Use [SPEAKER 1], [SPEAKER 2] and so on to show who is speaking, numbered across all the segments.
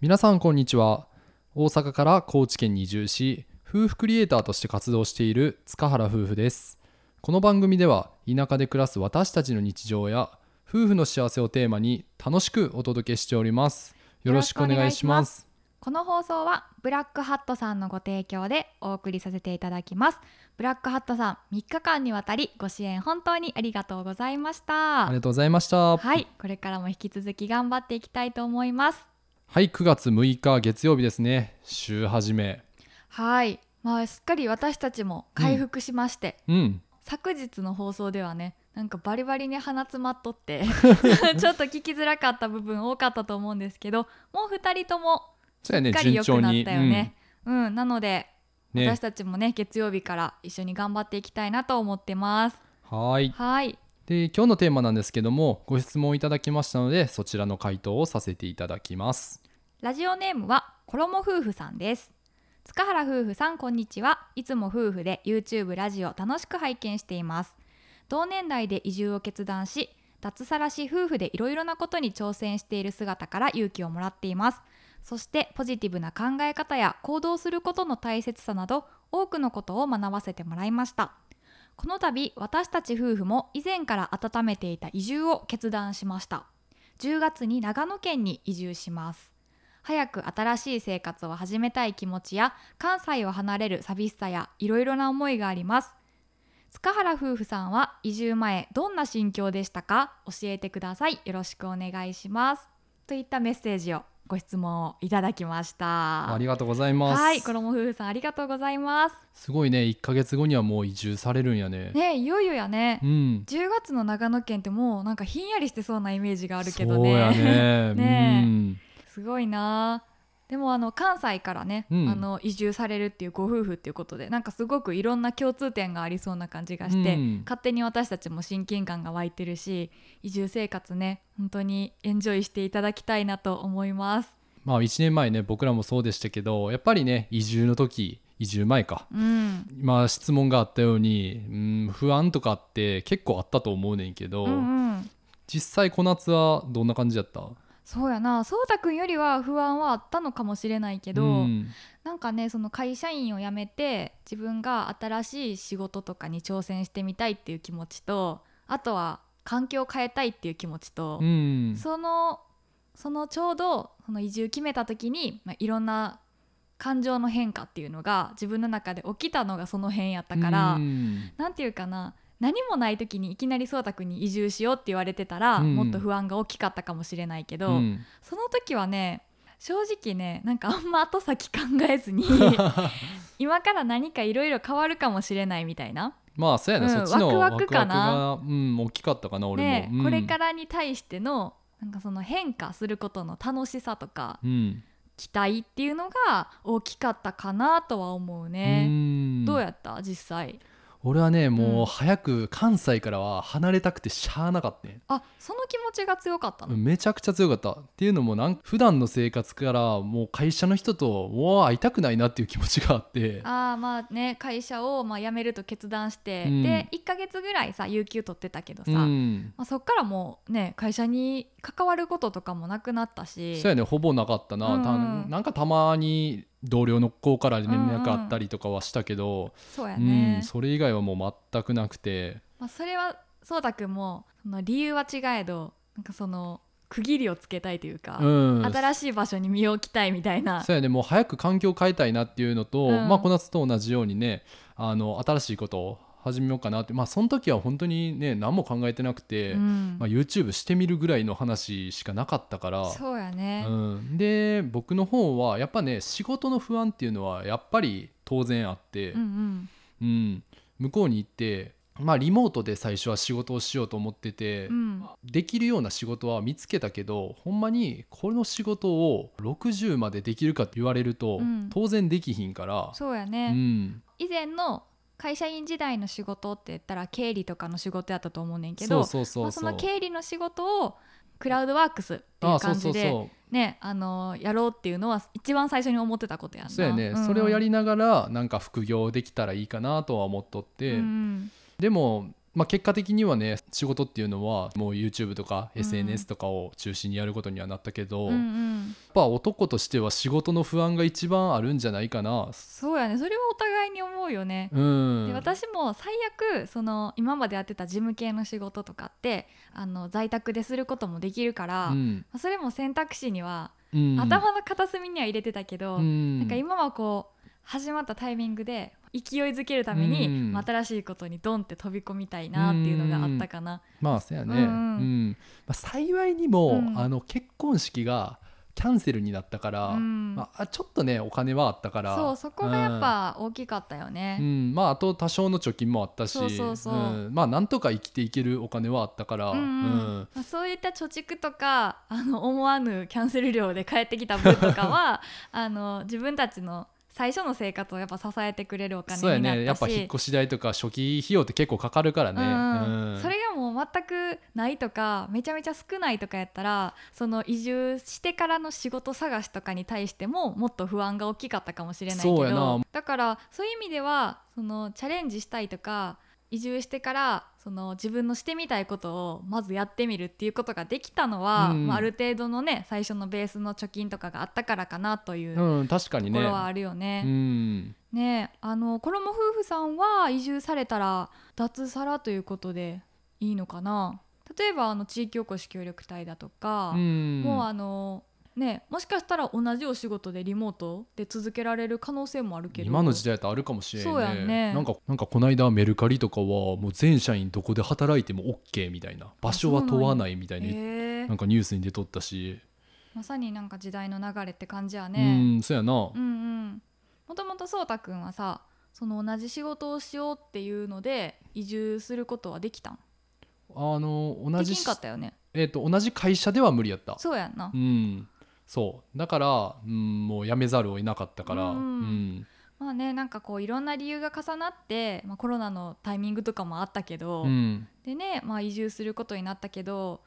[SPEAKER 1] 皆さんこんにちは大阪から高知県に移住し夫婦クリエイターとして活動している塚原夫婦ですこの番組では田舎で暮らす私たちの日常や夫婦の幸せをテーマに楽しくお届けしておりますよろしくお願いします
[SPEAKER 2] この放送はブラックハットさんのご提供でお送りさせていただきますブラックハットさん3日間にわたりご支援本当にありがとうございまし
[SPEAKER 1] あり
[SPEAKER 2] た
[SPEAKER 1] がとうございましたは、
[SPEAKER 2] はいいこれからも引き続き頑張っていきたいと思います
[SPEAKER 1] 9月6日月曜日ですね週始め
[SPEAKER 2] はいまあすっかり私たちも回復しまして、
[SPEAKER 1] うん
[SPEAKER 2] 昨日の放送ではねなんかバリバリに鼻詰まっとって ちょっと聞きづらかった部分多かったと思うんですけどもう2人とも
[SPEAKER 1] そうやね
[SPEAKER 2] しっかり
[SPEAKER 1] 順
[SPEAKER 2] 良
[SPEAKER 1] 調
[SPEAKER 2] くなっ
[SPEAKER 1] に
[SPEAKER 2] たよね、うん、なので
[SPEAKER 1] うん、ね
[SPEAKER 2] 私たちもね月曜日から一緒に頑張っていきたいなと思ってます
[SPEAKER 1] はい
[SPEAKER 2] はい
[SPEAKER 1] で今日のテーマなんですけどもご質問いただきましたのでそちらの回答をさせていただきます
[SPEAKER 2] ラジオネームは衣夫婦さんです塚原夫婦さんこんにちはいつも夫婦で YouTube ラジオ楽しく拝見しています同年代で移住を決断し脱サラし夫婦でいろいろなことに挑戦している姿から勇気をもらっていますそしてポジティブな考え方や行動することの大切さなど多くのことを学ばせてもらいましたこの度私たち夫婦も以前から温めていた移住を決断しました10月に長野県に移住します早く新しい生活を始めたい気持ちや関西を離れる寂しさやいろいろな思いがあります塚原夫婦さんは移住前どんな心境でしたか教えてくださいよろしくお願いしますといったメッセージをご質問をいただきました
[SPEAKER 1] ありがとうございます、
[SPEAKER 2] はい衣夫婦さんありがとうございます
[SPEAKER 1] すごいね1ヶ月後にはもう移住されるんやね
[SPEAKER 2] ねいよいよやね
[SPEAKER 1] うん
[SPEAKER 2] 10月の長野県ってもうなんかひんやりしてそうなイメージがあるけど
[SPEAKER 1] そうや ね
[SPEAKER 2] ね
[SPEAKER 1] う
[SPEAKER 2] え
[SPEAKER 1] ん
[SPEAKER 2] すごいなあでもあの関西からね、
[SPEAKER 1] うん
[SPEAKER 2] あの移住されるっていうご夫婦っていうことでなんかすごくいろんな共通点がありそうな感じがして、
[SPEAKER 1] うん
[SPEAKER 2] 勝手に私たちも親近感が湧いてるし移住生活ね本当にエンジョイしていただきたいなと思います。
[SPEAKER 1] まあ1年前ね僕らもそうでしたけどやっぱりね移住の時移住前か
[SPEAKER 2] うん、
[SPEAKER 1] まあ質問があったように、うん、不安とかって結構あったと思うねんけど、
[SPEAKER 2] うんうん
[SPEAKER 1] 実際この夏はどんな感じだった
[SPEAKER 2] そうやなそうたくんよりは不安はあったのかもしれないけど、
[SPEAKER 1] うん
[SPEAKER 2] なんかねその会社員を辞めて自分が新しい仕事とかに挑戦してみたいっていう気持ちとあとは環境を変えたいっていう気持ちと
[SPEAKER 1] う、ん、
[SPEAKER 2] そのそのちょうどその移住決めた時に、まあ、いろんな感情の変化っていうのが自分の中で起きたのがその辺やったから、
[SPEAKER 1] うん
[SPEAKER 2] なんていうかな何もない時にいきなり颯太君に移住しようって言われてたら、
[SPEAKER 1] うん
[SPEAKER 2] もっと不安が大きかったかもしれないけど、
[SPEAKER 1] うん
[SPEAKER 2] その時はね正直ねなんかあんま後先考 えずに今から何かいろいろ変わるかもしれないみたいな、
[SPEAKER 1] まあそうやな、
[SPEAKER 2] うん
[SPEAKER 1] そっちの
[SPEAKER 2] ワクワクかな
[SPEAKER 1] ワクワクが、うん、大きかったかな俺も、
[SPEAKER 2] ね
[SPEAKER 1] うん、
[SPEAKER 2] これからに対してのなんかその変化することの楽しさとか
[SPEAKER 1] うん、
[SPEAKER 2] 期待っていうのが大きかったかなとは思うね。
[SPEAKER 1] ん
[SPEAKER 2] どうやった実際
[SPEAKER 1] 俺はねもううん早く関西からは離れたくてしゃあなかったね
[SPEAKER 2] あその気持ちが強かったの、
[SPEAKER 1] めちゃくちゃ強かったっていうのもなんか普段の生活からもう会社の人ともう会いたくないなっていう気持ちがあって
[SPEAKER 2] あーまあね会社をまあ辞めると決断して、
[SPEAKER 1] うん
[SPEAKER 2] で1ヶ月ぐらいさ有給取ってたけどさ、
[SPEAKER 1] うん
[SPEAKER 2] まあ、そっからもうね会社に関わることとかもなくなったし
[SPEAKER 1] そうやねほぼなかったな、
[SPEAKER 2] うんうん
[SPEAKER 1] たなんかたまに同僚の子から連絡あったりとかはしたけど、
[SPEAKER 2] そうや
[SPEAKER 1] うん
[SPEAKER 2] ね、
[SPEAKER 1] それ以外はもう全くなくて
[SPEAKER 2] まあ、それはそうたくんもその理由は違えどなんかその区切りをつけたいというか、
[SPEAKER 1] うん
[SPEAKER 2] 新しい場所に身を置きたいみたいな
[SPEAKER 1] そうやねもう早く環境を変えたいなっていうのと、
[SPEAKER 2] うん
[SPEAKER 1] まあ、この夏と同じようにねあの新しいことを始めようかなってまあその時は本当にね何も考えてなくて、
[SPEAKER 2] うん
[SPEAKER 1] まあ、YouTube してみるぐらいの話しかなかったから。
[SPEAKER 2] そうやね、
[SPEAKER 1] うん、で僕の方はやっぱね仕事の不安っていうのはやっぱり当然あって、
[SPEAKER 2] うんうん
[SPEAKER 1] うん向こうに行って、まあ、リモートで最初は仕事をしようと思ってて、
[SPEAKER 2] うん
[SPEAKER 1] できるような仕事は見つけたけどほんまにこの仕事を60までできるかって言われると、
[SPEAKER 2] うん
[SPEAKER 1] 当然できひんから
[SPEAKER 2] そうや
[SPEAKER 1] う
[SPEAKER 2] ね、
[SPEAKER 1] ん、
[SPEAKER 2] 以前の会社員時代の仕事って言ったら経理とかの仕事やったと思うねんけ
[SPEAKER 1] そ
[SPEAKER 2] ど
[SPEAKER 1] うそう
[SPEAKER 2] ま
[SPEAKER 1] そ
[SPEAKER 2] あ
[SPEAKER 1] う
[SPEAKER 2] そうの経理の仕事をクラウドワークスっていう感じで
[SPEAKER 1] そう
[SPEAKER 2] ねあのやろうっていうのは一番最初に思ってたことやんな
[SPEAKER 1] そうやね、
[SPEAKER 2] んん
[SPEAKER 1] それをやりながらなんか副業できたらいいかなとは思っとって、
[SPEAKER 2] うん
[SPEAKER 1] でも、まあ、結果的にはね仕事っていうのはもう YouTube とか
[SPEAKER 2] うん
[SPEAKER 1] SNS とかを中心にやることにはなったけど、
[SPEAKER 2] うんう
[SPEAKER 1] やっ
[SPEAKER 2] ん、
[SPEAKER 1] ぱ男としては仕事の不安が一番あるんじゃないかな。
[SPEAKER 2] そうやねそれはお互いに思うよね。
[SPEAKER 1] うん、
[SPEAKER 2] で私も最悪その今までやってた事務系の仕事とかってあの在宅ですることもできるから、
[SPEAKER 1] う
[SPEAKER 2] ま
[SPEAKER 1] ん
[SPEAKER 2] あそれも選択肢には、
[SPEAKER 1] うん、
[SPEAKER 2] 頭の片隅には入れてたけど、
[SPEAKER 1] うん、
[SPEAKER 2] なんか今はこう始まったタイミングで勢いづけるために、
[SPEAKER 1] うん
[SPEAKER 2] まあ新しいことにドンって飛び込みたいなっていうのがあったかな。
[SPEAKER 1] まあそうやね、う
[SPEAKER 2] うんんうん
[SPEAKER 1] まあ、幸いにも、
[SPEAKER 2] うん
[SPEAKER 1] あの結婚式がキャンセルになったから、
[SPEAKER 2] うん
[SPEAKER 1] まあ、ちょっとねお金はあったから
[SPEAKER 2] そうそこがやっ、ぱ大きかったよね。
[SPEAKER 1] うんうんまあ、あと多少の貯金もあったし
[SPEAKER 2] そうそうそうん
[SPEAKER 1] まあなんとか生きていけるお金はあったから、
[SPEAKER 2] うんうん
[SPEAKER 1] うん
[SPEAKER 2] まあ、そういった貯蓄とかあの思わぬキャンセル料で帰ってきた分と かはあの自分たちの最初の生活をやっぱ支えてくれるお
[SPEAKER 1] そうや
[SPEAKER 2] 金にな
[SPEAKER 1] ねや
[SPEAKER 2] っ
[SPEAKER 1] っぱ
[SPEAKER 2] たし
[SPEAKER 1] 引っ越し代とか初期費用って結構かかるからね、
[SPEAKER 2] うん
[SPEAKER 1] うん
[SPEAKER 2] それがもう全くないとかめちゃめちゃ少ないとかやったらその移住してからの仕事探しとかに対してももっと不安が大きかったかもしれないけ
[SPEAKER 1] そうやな
[SPEAKER 2] どだからそういう意味ではそのチャレンジしたいとか移住してからその自分のしてみたいことをまずやってみるっていうことができたのは、
[SPEAKER 1] うん
[SPEAKER 2] まあ、ある程度のね最初のベースの貯金とかがあったからかなというと
[SPEAKER 1] うん確かに
[SPEAKER 2] こ
[SPEAKER 1] ね
[SPEAKER 2] ろはあるよね。
[SPEAKER 1] うん
[SPEAKER 2] ねえあの衣夫婦さんは移住されたら脱サラということでいいのかな例えばあの地域おこし協力隊だとか、
[SPEAKER 1] うん
[SPEAKER 2] もうあのねえもしかしたら同じお仕事でリモートで続けられる可能性もあるけど
[SPEAKER 1] 今の時代だとあるかもしれ
[SPEAKER 2] そう
[SPEAKER 1] な
[SPEAKER 2] や
[SPEAKER 1] いね
[SPEAKER 2] んね
[SPEAKER 1] なんかなんかこの間メルカリとかはもう全社員どこで働いても OK みたいな場所は問わないみたいな、
[SPEAKER 2] へえ
[SPEAKER 1] なんかニュースに出とったし、
[SPEAKER 2] まさになんか時代の流れって感じや
[SPEAKER 1] う
[SPEAKER 2] ね、
[SPEAKER 1] んそうやな
[SPEAKER 2] うん、うんもともとそうたくんはさその同じ仕事をしようっていうので移住することはできたん
[SPEAKER 1] あの同
[SPEAKER 2] で
[SPEAKER 1] じ
[SPEAKER 2] きんかったよね
[SPEAKER 1] えー、と同じ会社では無理やった
[SPEAKER 2] そうやんな
[SPEAKER 1] うんそうだから、うん、もう辞めざるを得なかったから、う
[SPEAKER 2] うんんまあねなんかこういろんな理由が重なって、まあ、コロナのタイミングとかもあったけど、
[SPEAKER 1] うん
[SPEAKER 2] でね、まあ、移住することになったけど、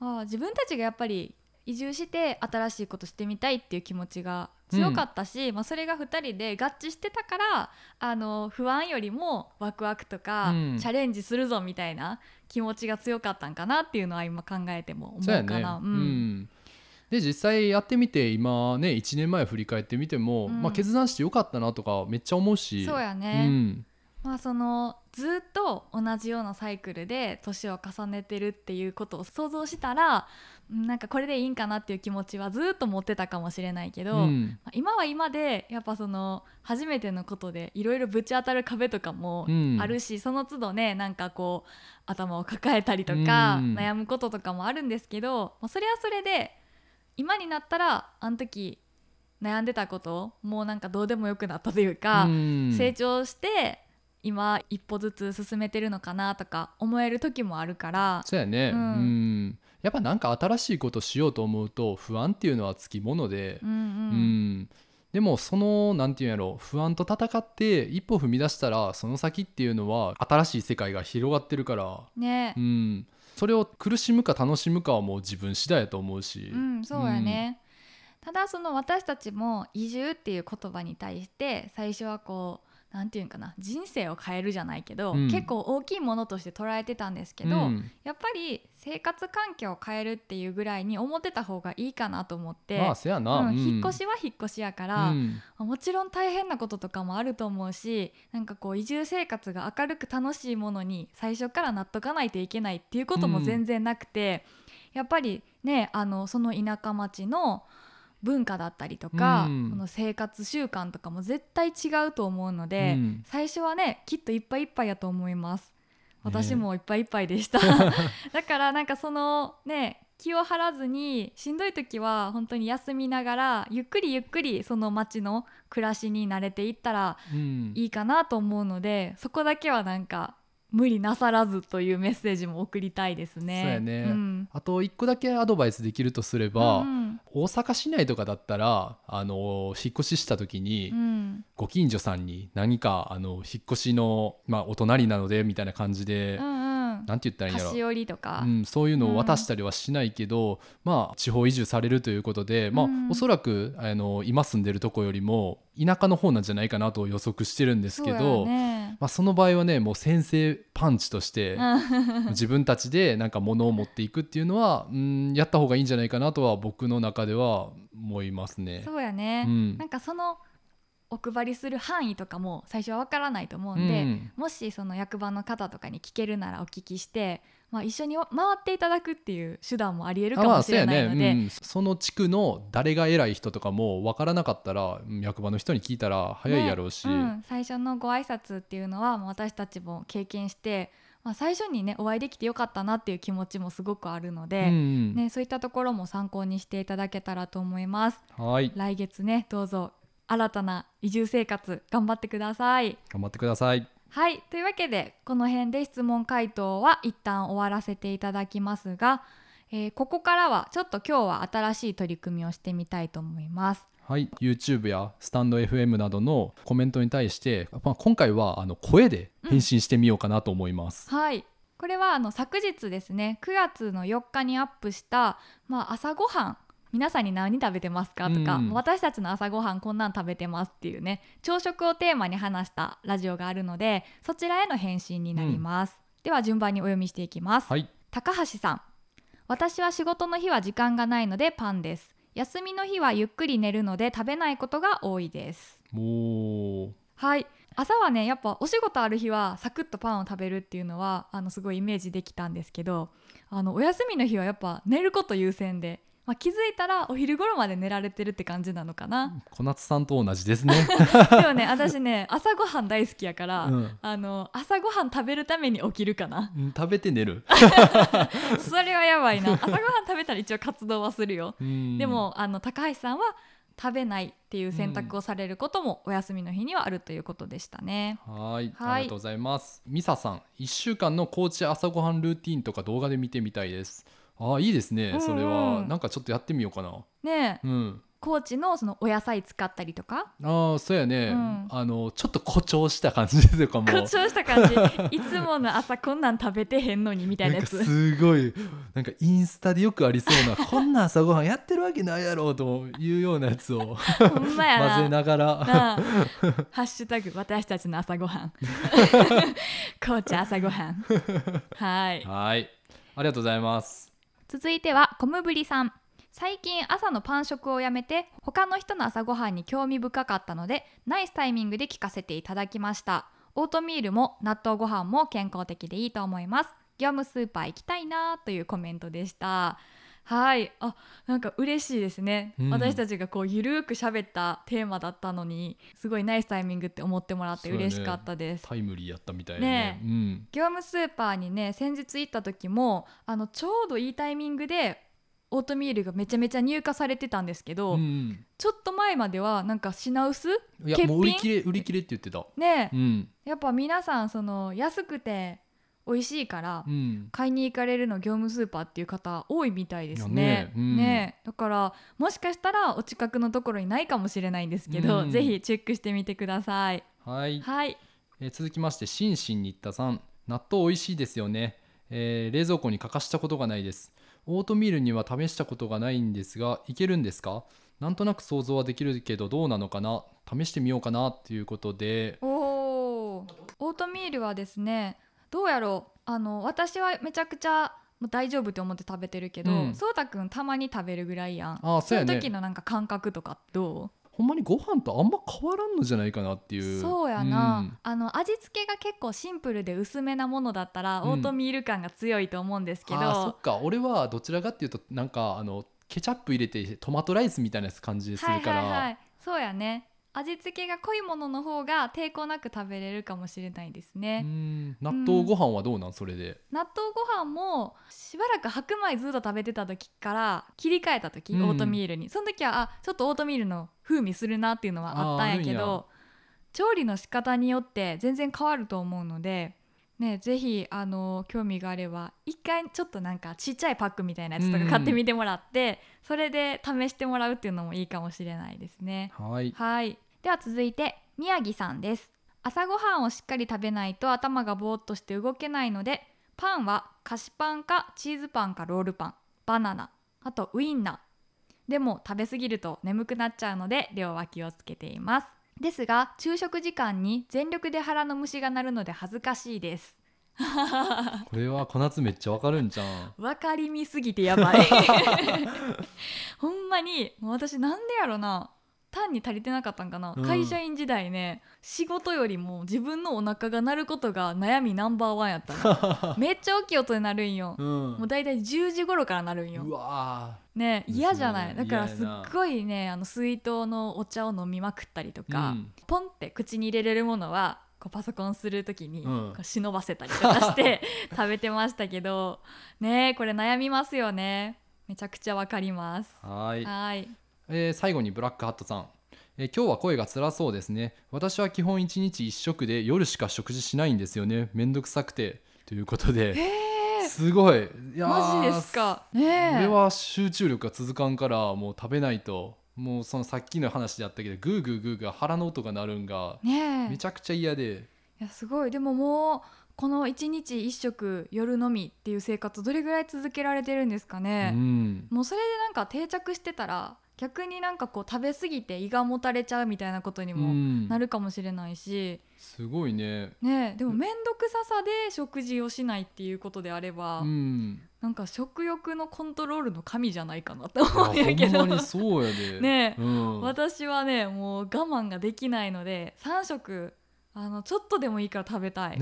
[SPEAKER 2] まあ、自分たちがやっぱり移住して新しいことしてみたいっていう気持ちが強かったし、まあ、それが2人で合致してたからあの不安よりもワクワクとか、
[SPEAKER 1] うん
[SPEAKER 2] チャレンジするぞみたいな気持ちが強かったんかなっていうのは今考えても思う
[SPEAKER 1] そうや
[SPEAKER 2] か
[SPEAKER 1] ね、
[SPEAKER 2] な。
[SPEAKER 1] うんで実際やってみて今ね1年前振り返ってみても、
[SPEAKER 2] うん
[SPEAKER 1] まあ、決断してよかったなとかめっちゃ思うし
[SPEAKER 2] そうやね、
[SPEAKER 1] うん
[SPEAKER 2] まあそのずっと同じようなサイクルで年を重ねてるっていうことを想像したらうんなんかこれでいいんかなっていう気持ちはずっと持ってたかもしれないけど、
[SPEAKER 1] うん
[SPEAKER 2] まあ今は今でやっぱその初めてのことでいろいろぶち当たる壁とかも
[SPEAKER 1] うん
[SPEAKER 2] あるし、その都度ねなんかこう頭を抱えたりとか、
[SPEAKER 1] うん
[SPEAKER 2] 悩むこととかもあるんですけど、まあ、それはそれで今になったらあの時悩んでたこともうなんかどうでもよくなったというか。
[SPEAKER 1] うん
[SPEAKER 2] 成長して今一歩ずつ進めてるのかなとか思える時もあるから
[SPEAKER 1] そうやね、う
[SPEAKER 2] うんん
[SPEAKER 1] やっぱなんか新しいことしようと思うと不安っていうのはつきもので
[SPEAKER 2] う、ん
[SPEAKER 1] うん
[SPEAKER 2] うん
[SPEAKER 1] でもそのなんていうんやろ不安と戦って一歩踏み出したらその先っていうのは新しい世界が広がってるから、
[SPEAKER 2] ね
[SPEAKER 1] うん、それを苦しむか楽しむかはもう自分次第やと思うし、
[SPEAKER 2] うんそうやね、ただその私たちも移住っていう言葉に対して最初はこうなんていうんかな人生を変えるじゃないけど、
[SPEAKER 1] うん
[SPEAKER 2] 結構大きいものとして捉えてたんですけど、
[SPEAKER 1] うん
[SPEAKER 2] やっぱり生活環境を変えるっていうぐらいに思ってた方がいいかなと思って、
[SPEAKER 1] まあせやな、
[SPEAKER 2] うん
[SPEAKER 1] うん
[SPEAKER 2] 引っ越しは引っ越しやから、
[SPEAKER 1] うん
[SPEAKER 2] もちろん大変なこととかもあると思うしなんかこう移住生活が明るく楽しいものに最初からなっとかないといけないっていうことも全然なくて、やっぱりねあのその田舎町の文化だったりとか、
[SPEAKER 1] うん
[SPEAKER 2] この生活習慣とかも絶対違うと思うので、
[SPEAKER 1] うん
[SPEAKER 2] 最初はねきっといっぱいいっぱいやと思います
[SPEAKER 1] ね
[SPEAKER 2] 私もいっぱいいっぱ いでした、だからなんかそのね気を張らずにしんどい時は本当に休みながらゆっくりゆっくりその町の暮らしに慣れていったら
[SPEAKER 1] うん
[SPEAKER 2] いいかなと思うのでそこだけはなんか無理なさらずというメッセージも送りたいですね。
[SPEAKER 1] そうやね
[SPEAKER 2] ん
[SPEAKER 1] あと一個だけアドバイスできるとすれば、
[SPEAKER 2] うん
[SPEAKER 1] 大阪市内とかだったらあの引っ越しした時に、
[SPEAKER 2] うん
[SPEAKER 1] ご近所さんに何かあの引っ越しの、まあ、お隣なのでみたいな感じで、
[SPEAKER 2] うんうん、
[SPEAKER 1] なんて言ったらいいん
[SPEAKER 2] 菓
[SPEAKER 1] やろ
[SPEAKER 2] 子折りとか、
[SPEAKER 1] うん、そういうのを渡したりはしないけど、まあ、地方移住されるということで、まあ
[SPEAKER 2] うん
[SPEAKER 1] おそらくあの今住んでるとこよりも田舎の方なんじゃないかなと予測してるんです
[SPEAKER 2] そ
[SPEAKER 1] け
[SPEAKER 2] うや
[SPEAKER 1] ど。
[SPEAKER 2] ね
[SPEAKER 1] まあ、その場合はねもう先制パンチとして自分たちでなんか物を持っていくっていうのはうんやった方がいいんじゃないかなとは僕の中では思いますね。
[SPEAKER 2] そうやね、
[SPEAKER 1] うん
[SPEAKER 2] なんかそのお配りする範囲とかも最初はわからないと思うんで、
[SPEAKER 1] うん
[SPEAKER 2] もしその役場の方とかに聞けるならお聞きして、まあ、一緒に回っていただくっていう手段もありえるか
[SPEAKER 1] あま
[SPEAKER 2] も
[SPEAKER 1] あ
[SPEAKER 2] しれないの
[SPEAKER 1] そ
[SPEAKER 2] で、
[SPEAKER 1] うやねうん、その地区の誰が偉い人とかも分からなかったらうん役場の人に聞いたら早いやろうし、
[SPEAKER 2] ねうん、最初のご挨拶っていうのはまあ私たちも経験して、まあ、最初にねお会いできてよかったなっていう気持ちもすごくあるの
[SPEAKER 1] う
[SPEAKER 2] で、
[SPEAKER 1] ん
[SPEAKER 2] ね、そういったところも参考にしていただけたらと思います
[SPEAKER 1] はい
[SPEAKER 2] 来月ねどうぞ新たな移住生活頑張ってください
[SPEAKER 1] 頑張ってください。
[SPEAKER 2] はいというわけでこの辺で質問回答は一旦終わらせていただきますが、えーここからはちょっと今日は新しい取り組みをしてみたいと思います
[SPEAKER 1] はい、YouTube やスタンド FM などのコメントに対して、まあ、今回はあの声で返信してみようかなと思います。
[SPEAKER 2] はいこれはあの昨日ですね9月の4日にアップした、まあ、朝ごはん皆さんに何食べてますかとか、
[SPEAKER 1] うん
[SPEAKER 2] 私たちの朝ごはんこんなん食べてますっていうね朝食をテーマに話したラジオがあるのでそちらへの返信になります、では順番にお読みしていきます、
[SPEAKER 1] はい、
[SPEAKER 2] 高橋さん私は仕事の日は時間がないのでパンです休みの日はゆっくり寝るので食べないことが多いです
[SPEAKER 1] もう
[SPEAKER 2] はい朝はねやっぱお仕事ある日はサクッとパンを食べるっていうのはあのすごいイメージできたんですけどあのお休みの日はやっぱ寝ること優先で、まあ、気づいたらお昼頃まで寝られてるって感じなの かな
[SPEAKER 1] 小夏さんと同じです ね。
[SPEAKER 2] でもね私ね朝ごはん大好きやから、
[SPEAKER 1] うん
[SPEAKER 2] あの朝ごはん食べるために起きる かな
[SPEAKER 1] うん食べて寝る。
[SPEAKER 2] それはやばいな朝ごはん食べたら一応活動はするよ
[SPEAKER 1] うん
[SPEAKER 2] でもあの高橋さんは食べないっていう選択をされることもお休みの日にはあるということでしたね。
[SPEAKER 1] はい、
[SPEAKER 2] はい
[SPEAKER 1] ありがとうございます。ミサさん、一週間の高知朝ごはんルーティンとか動画で見てみたいです。ああ、いいですね。それ
[SPEAKER 2] うん
[SPEAKER 1] は、
[SPEAKER 2] うん
[SPEAKER 1] なんかちょっとやってみようかな。
[SPEAKER 2] ねえ
[SPEAKER 1] うん。
[SPEAKER 2] 高知のそのお野菜使ったりとか
[SPEAKER 1] ああ、そうやね。
[SPEAKER 2] うん
[SPEAKER 1] あの、ちょっと誇張した感じとかも。
[SPEAKER 2] 誇張した感じ いつもの朝こんなん食べてへんのにみたいな
[SPEAKER 1] なん
[SPEAKER 2] や
[SPEAKER 1] か
[SPEAKER 2] つ。
[SPEAKER 1] すごいなんかインスタでよくありそうなこんな朝ごはんやってるわけないやろというようなやつ を
[SPEAKER 2] ほんまやな
[SPEAKER 1] 混ぜながら
[SPEAKER 2] なあハッシュタグ私たちの朝ごはん 高知朝ごはんはい
[SPEAKER 1] はいありがとうございます
[SPEAKER 2] 続いてはコムブリさん最近朝のパン食をやめて他の人の朝ごはんに興味深かったのでナイスタイミングで聞かせていただきましたオートミールも納豆ご飯も健康的でいいと思います業務スーパー行きたいなというコメントでしたはいあなんか嬉しいですね、
[SPEAKER 1] うん
[SPEAKER 2] 私たちがこうゆるーく喋ったテーマだったのにすごいナイスタイミングって思ってもらって嬉しかったです
[SPEAKER 1] タイムリーやったみたい
[SPEAKER 2] ね
[SPEAKER 1] ね
[SPEAKER 2] え
[SPEAKER 1] うん
[SPEAKER 2] 業務スーパーにね先日行った時もあのちょうどいいタイミングでオートミールがめちゃめちゃ入荷されてたんですけど、
[SPEAKER 1] うん
[SPEAKER 2] ちょっと前まではなんか品薄
[SPEAKER 1] いや
[SPEAKER 2] 欠
[SPEAKER 1] もう
[SPEAKER 2] 品
[SPEAKER 1] 売り切れ売り切れって言ってた
[SPEAKER 2] ね
[SPEAKER 1] う
[SPEAKER 2] え
[SPEAKER 1] ん
[SPEAKER 2] やっぱ皆さんその安くて美味しいから
[SPEAKER 1] うん
[SPEAKER 2] 買いに行かれるの業務スーパーっていう方多いみたいですね。ね
[SPEAKER 1] いやねうん
[SPEAKER 2] えだからもしかしたらお近くのところにないかもしれないんですけど、
[SPEAKER 1] うん
[SPEAKER 2] ぜひチェックしてみてください。
[SPEAKER 1] はい
[SPEAKER 2] はい、
[SPEAKER 1] えー続きましてしんしんにったさん納豆美味しいですよね、えー冷蔵庫に欠かしたことがないですオートミールには試したことがないんですがいけるんですかなんとなく想像はできるけどどうなのかな試してみようかなっていうことで
[SPEAKER 2] おーオートミールはですねどうやろうあの私はめちゃくちゃもう大丈夫って思って食べてるけど、
[SPEAKER 1] うん
[SPEAKER 2] そうたくんたまに食べるぐらいやん
[SPEAKER 1] あーそうやね
[SPEAKER 2] の時のなんか感覚とかど
[SPEAKER 1] ほんまにご飯とあんま変わらんのじゃないかなって
[SPEAKER 2] う
[SPEAKER 1] いう
[SPEAKER 2] そうやな、あの味付けが結構シンプルで薄めなものだったら、
[SPEAKER 1] うん
[SPEAKER 2] オートミール感が強いと思うんですけ
[SPEAKER 1] うんあーそ
[SPEAKER 2] ど
[SPEAKER 1] っか俺はどちらかっていうとなんかあのケチャップ入れてトマトライスみたいな感じです
[SPEAKER 2] は
[SPEAKER 1] る
[SPEAKER 2] い
[SPEAKER 1] から、
[SPEAKER 2] はいはいそうやね味付けが濃いものの方が抵抗なく食べれるかもしれないですね、
[SPEAKER 1] うん納豆ご飯はどうなんそれで
[SPEAKER 2] 納豆ご飯もしばらく白米ずっと食べてた時から切り替えた時、
[SPEAKER 1] うん
[SPEAKER 2] オートミールにその時はあちょっとオートミールの風味するなっていうのはあったんやけ
[SPEAKER 1] あーあるんや
[SPEAKER 2] ど調理の仕方によって全然変わると思うので、ね、ぜひあの興味があれば一回ちょっとなんかちっちゃいパックみたいなやつとか買ってみてもらって、それで試してもらうっていうのもいいかもしれないですね。
[SPEAKER 1] はい
[SPEAKER 2] はい。では続いて宮城さんです。朝ごはんをしっかり食べないと頭がぼーっとして動けないので、パンは菓子パンかチーズパンかロールパン、バナナ、あとウインナー。でも食べ過ぎると眠くなっちゃうので両脇をつけています。ですが昼食時間に全力で腹の虫が鳴るので恥ずかしいです
[SPEAKER 1] これは小夏めっちゃわかるんじゃん
[SPEAKER 2] 分かりみすぎてやば いほんまにもう私なんでやろな単に足りてなかったんかな、
[SPEAKER 1] うん
[SPEAKER 2] 会社員時代ね仕事よりも自分のお腹が鳴ることが悩みナンバーワンや ったのめっちゃ大きい音になるん よ、
[SPEAKER 1] うん
[SPEAKER 2] もう大体10時頃からなるんよ
[SPEAKER 1] うわ
[SPEAKER 2] ね
[SPEAKER 1] ですね
[SPEAKER 2] 嫌じゃないだからす
[SPEAKER 1] 嫌
[SPEAKER 2] っ
[SPEAKER 1] やな
[SPEAKER 2] ごいねあの水筒のお茶を飲みまくったりと
[SPEAKER 1] ー
[SPEAKER 2] か、
[SPEAKER 1] うん
[SPEAKER 2] ポンって口に入れれるものはこうパソコンするときに
[SPEAKER 1] うん
[SPEAKER 2] こう忍ばせたりとかして 食べてましたけどねえこれ悩みますよねめちゃくちゃわかります
[SPEAKER 1] はーい
[SPEAKER 2] はい
[SPEAKER 1] えー最後にブラックハットさん、えー今日は声が辛そうですね私は基本1日1食で夜しか食事しないんですよねめんどくさくてということで
[SPEAKER 2] え
[SPEAKER 1] すごいいやー
[SPEAKER 2] マジですかね
[SPEAKER 1] これ
[SPEAKER 2] え
[SPEAKER 1] は集中力が続かんからもう食べないともうそのさっきの話であったけどグーグーグーグー腹の音が鳴るんが
[SPEAKER 2] ねえ
[SPEAKER 1] めちゃくちゃ嫌で
[SPEAKER 2] いやすごいでももうこの1日1食夜のみっていう生活どれぐらい続けられてるんですか
[SPEAKER 1] う
[SPEAKER 2] ね、
[SPEAKER 1] ん
[SPEAKER 2] もうそれでなんか定着してたら逆になんかこう食べ過ぎて胃がもたれちゃうみたいなことに
[SPEAKER 1] う
[SPEAKER 2] も
[SPEAKER 1] ん
[SPEAKER 2] なるかもしれないし、
[SPEAKER 1] すごいね
[SPEAKER 2] ねえでも面倒くささで食事をしないっていうことであれば、
[SPEAKER 1] うん
[SPEAKER 2] なんか食欲のコントロールの神じゃないかなと
[SPEAKER 1] いや
[SPEAKER 2] 思うんやけ
[SPEAKER 1] ほ
[SPEAKER 2] ど
[SPEAKER 1] んまにそうやで
[SPEAKER 2] ねえ
[SPEAKER 1] うん、
[SPEAKER 2] 私はねもう我慢ができないので3食あのちょっとでもいいから食べ たい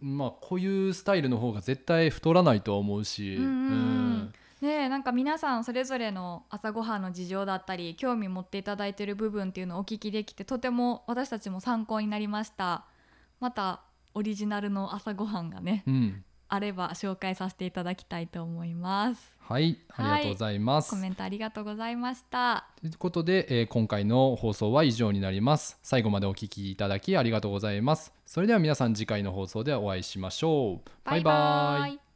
[SPEAKER 1] まあこういうスタイルの方が絶対太らないとは思うし、
[SPEAKER 2] うんうんうんねえなんか皆さんそれぞれの朝ごはんの事情だったり興味持っていただいてる部分っていうのをお聞きできてとても私たちも参考になりましたまたオリジナルの朝ごはんがね
[SPEAKER 1] うんうん
[SPEAKER 2] あれば紹介させていただきたいと思います
[SPEAKER 1] はいありがとうございます、
[SPEAKER 2] コメントありがとうございました。
[SPEAKER 1] ということで、えー今回の放送は以上になります最後までお聞きいただきありがとうございますそれでは皆さん次回の放送でお会いしましょうバイバイ
[SPEAKER 2] イ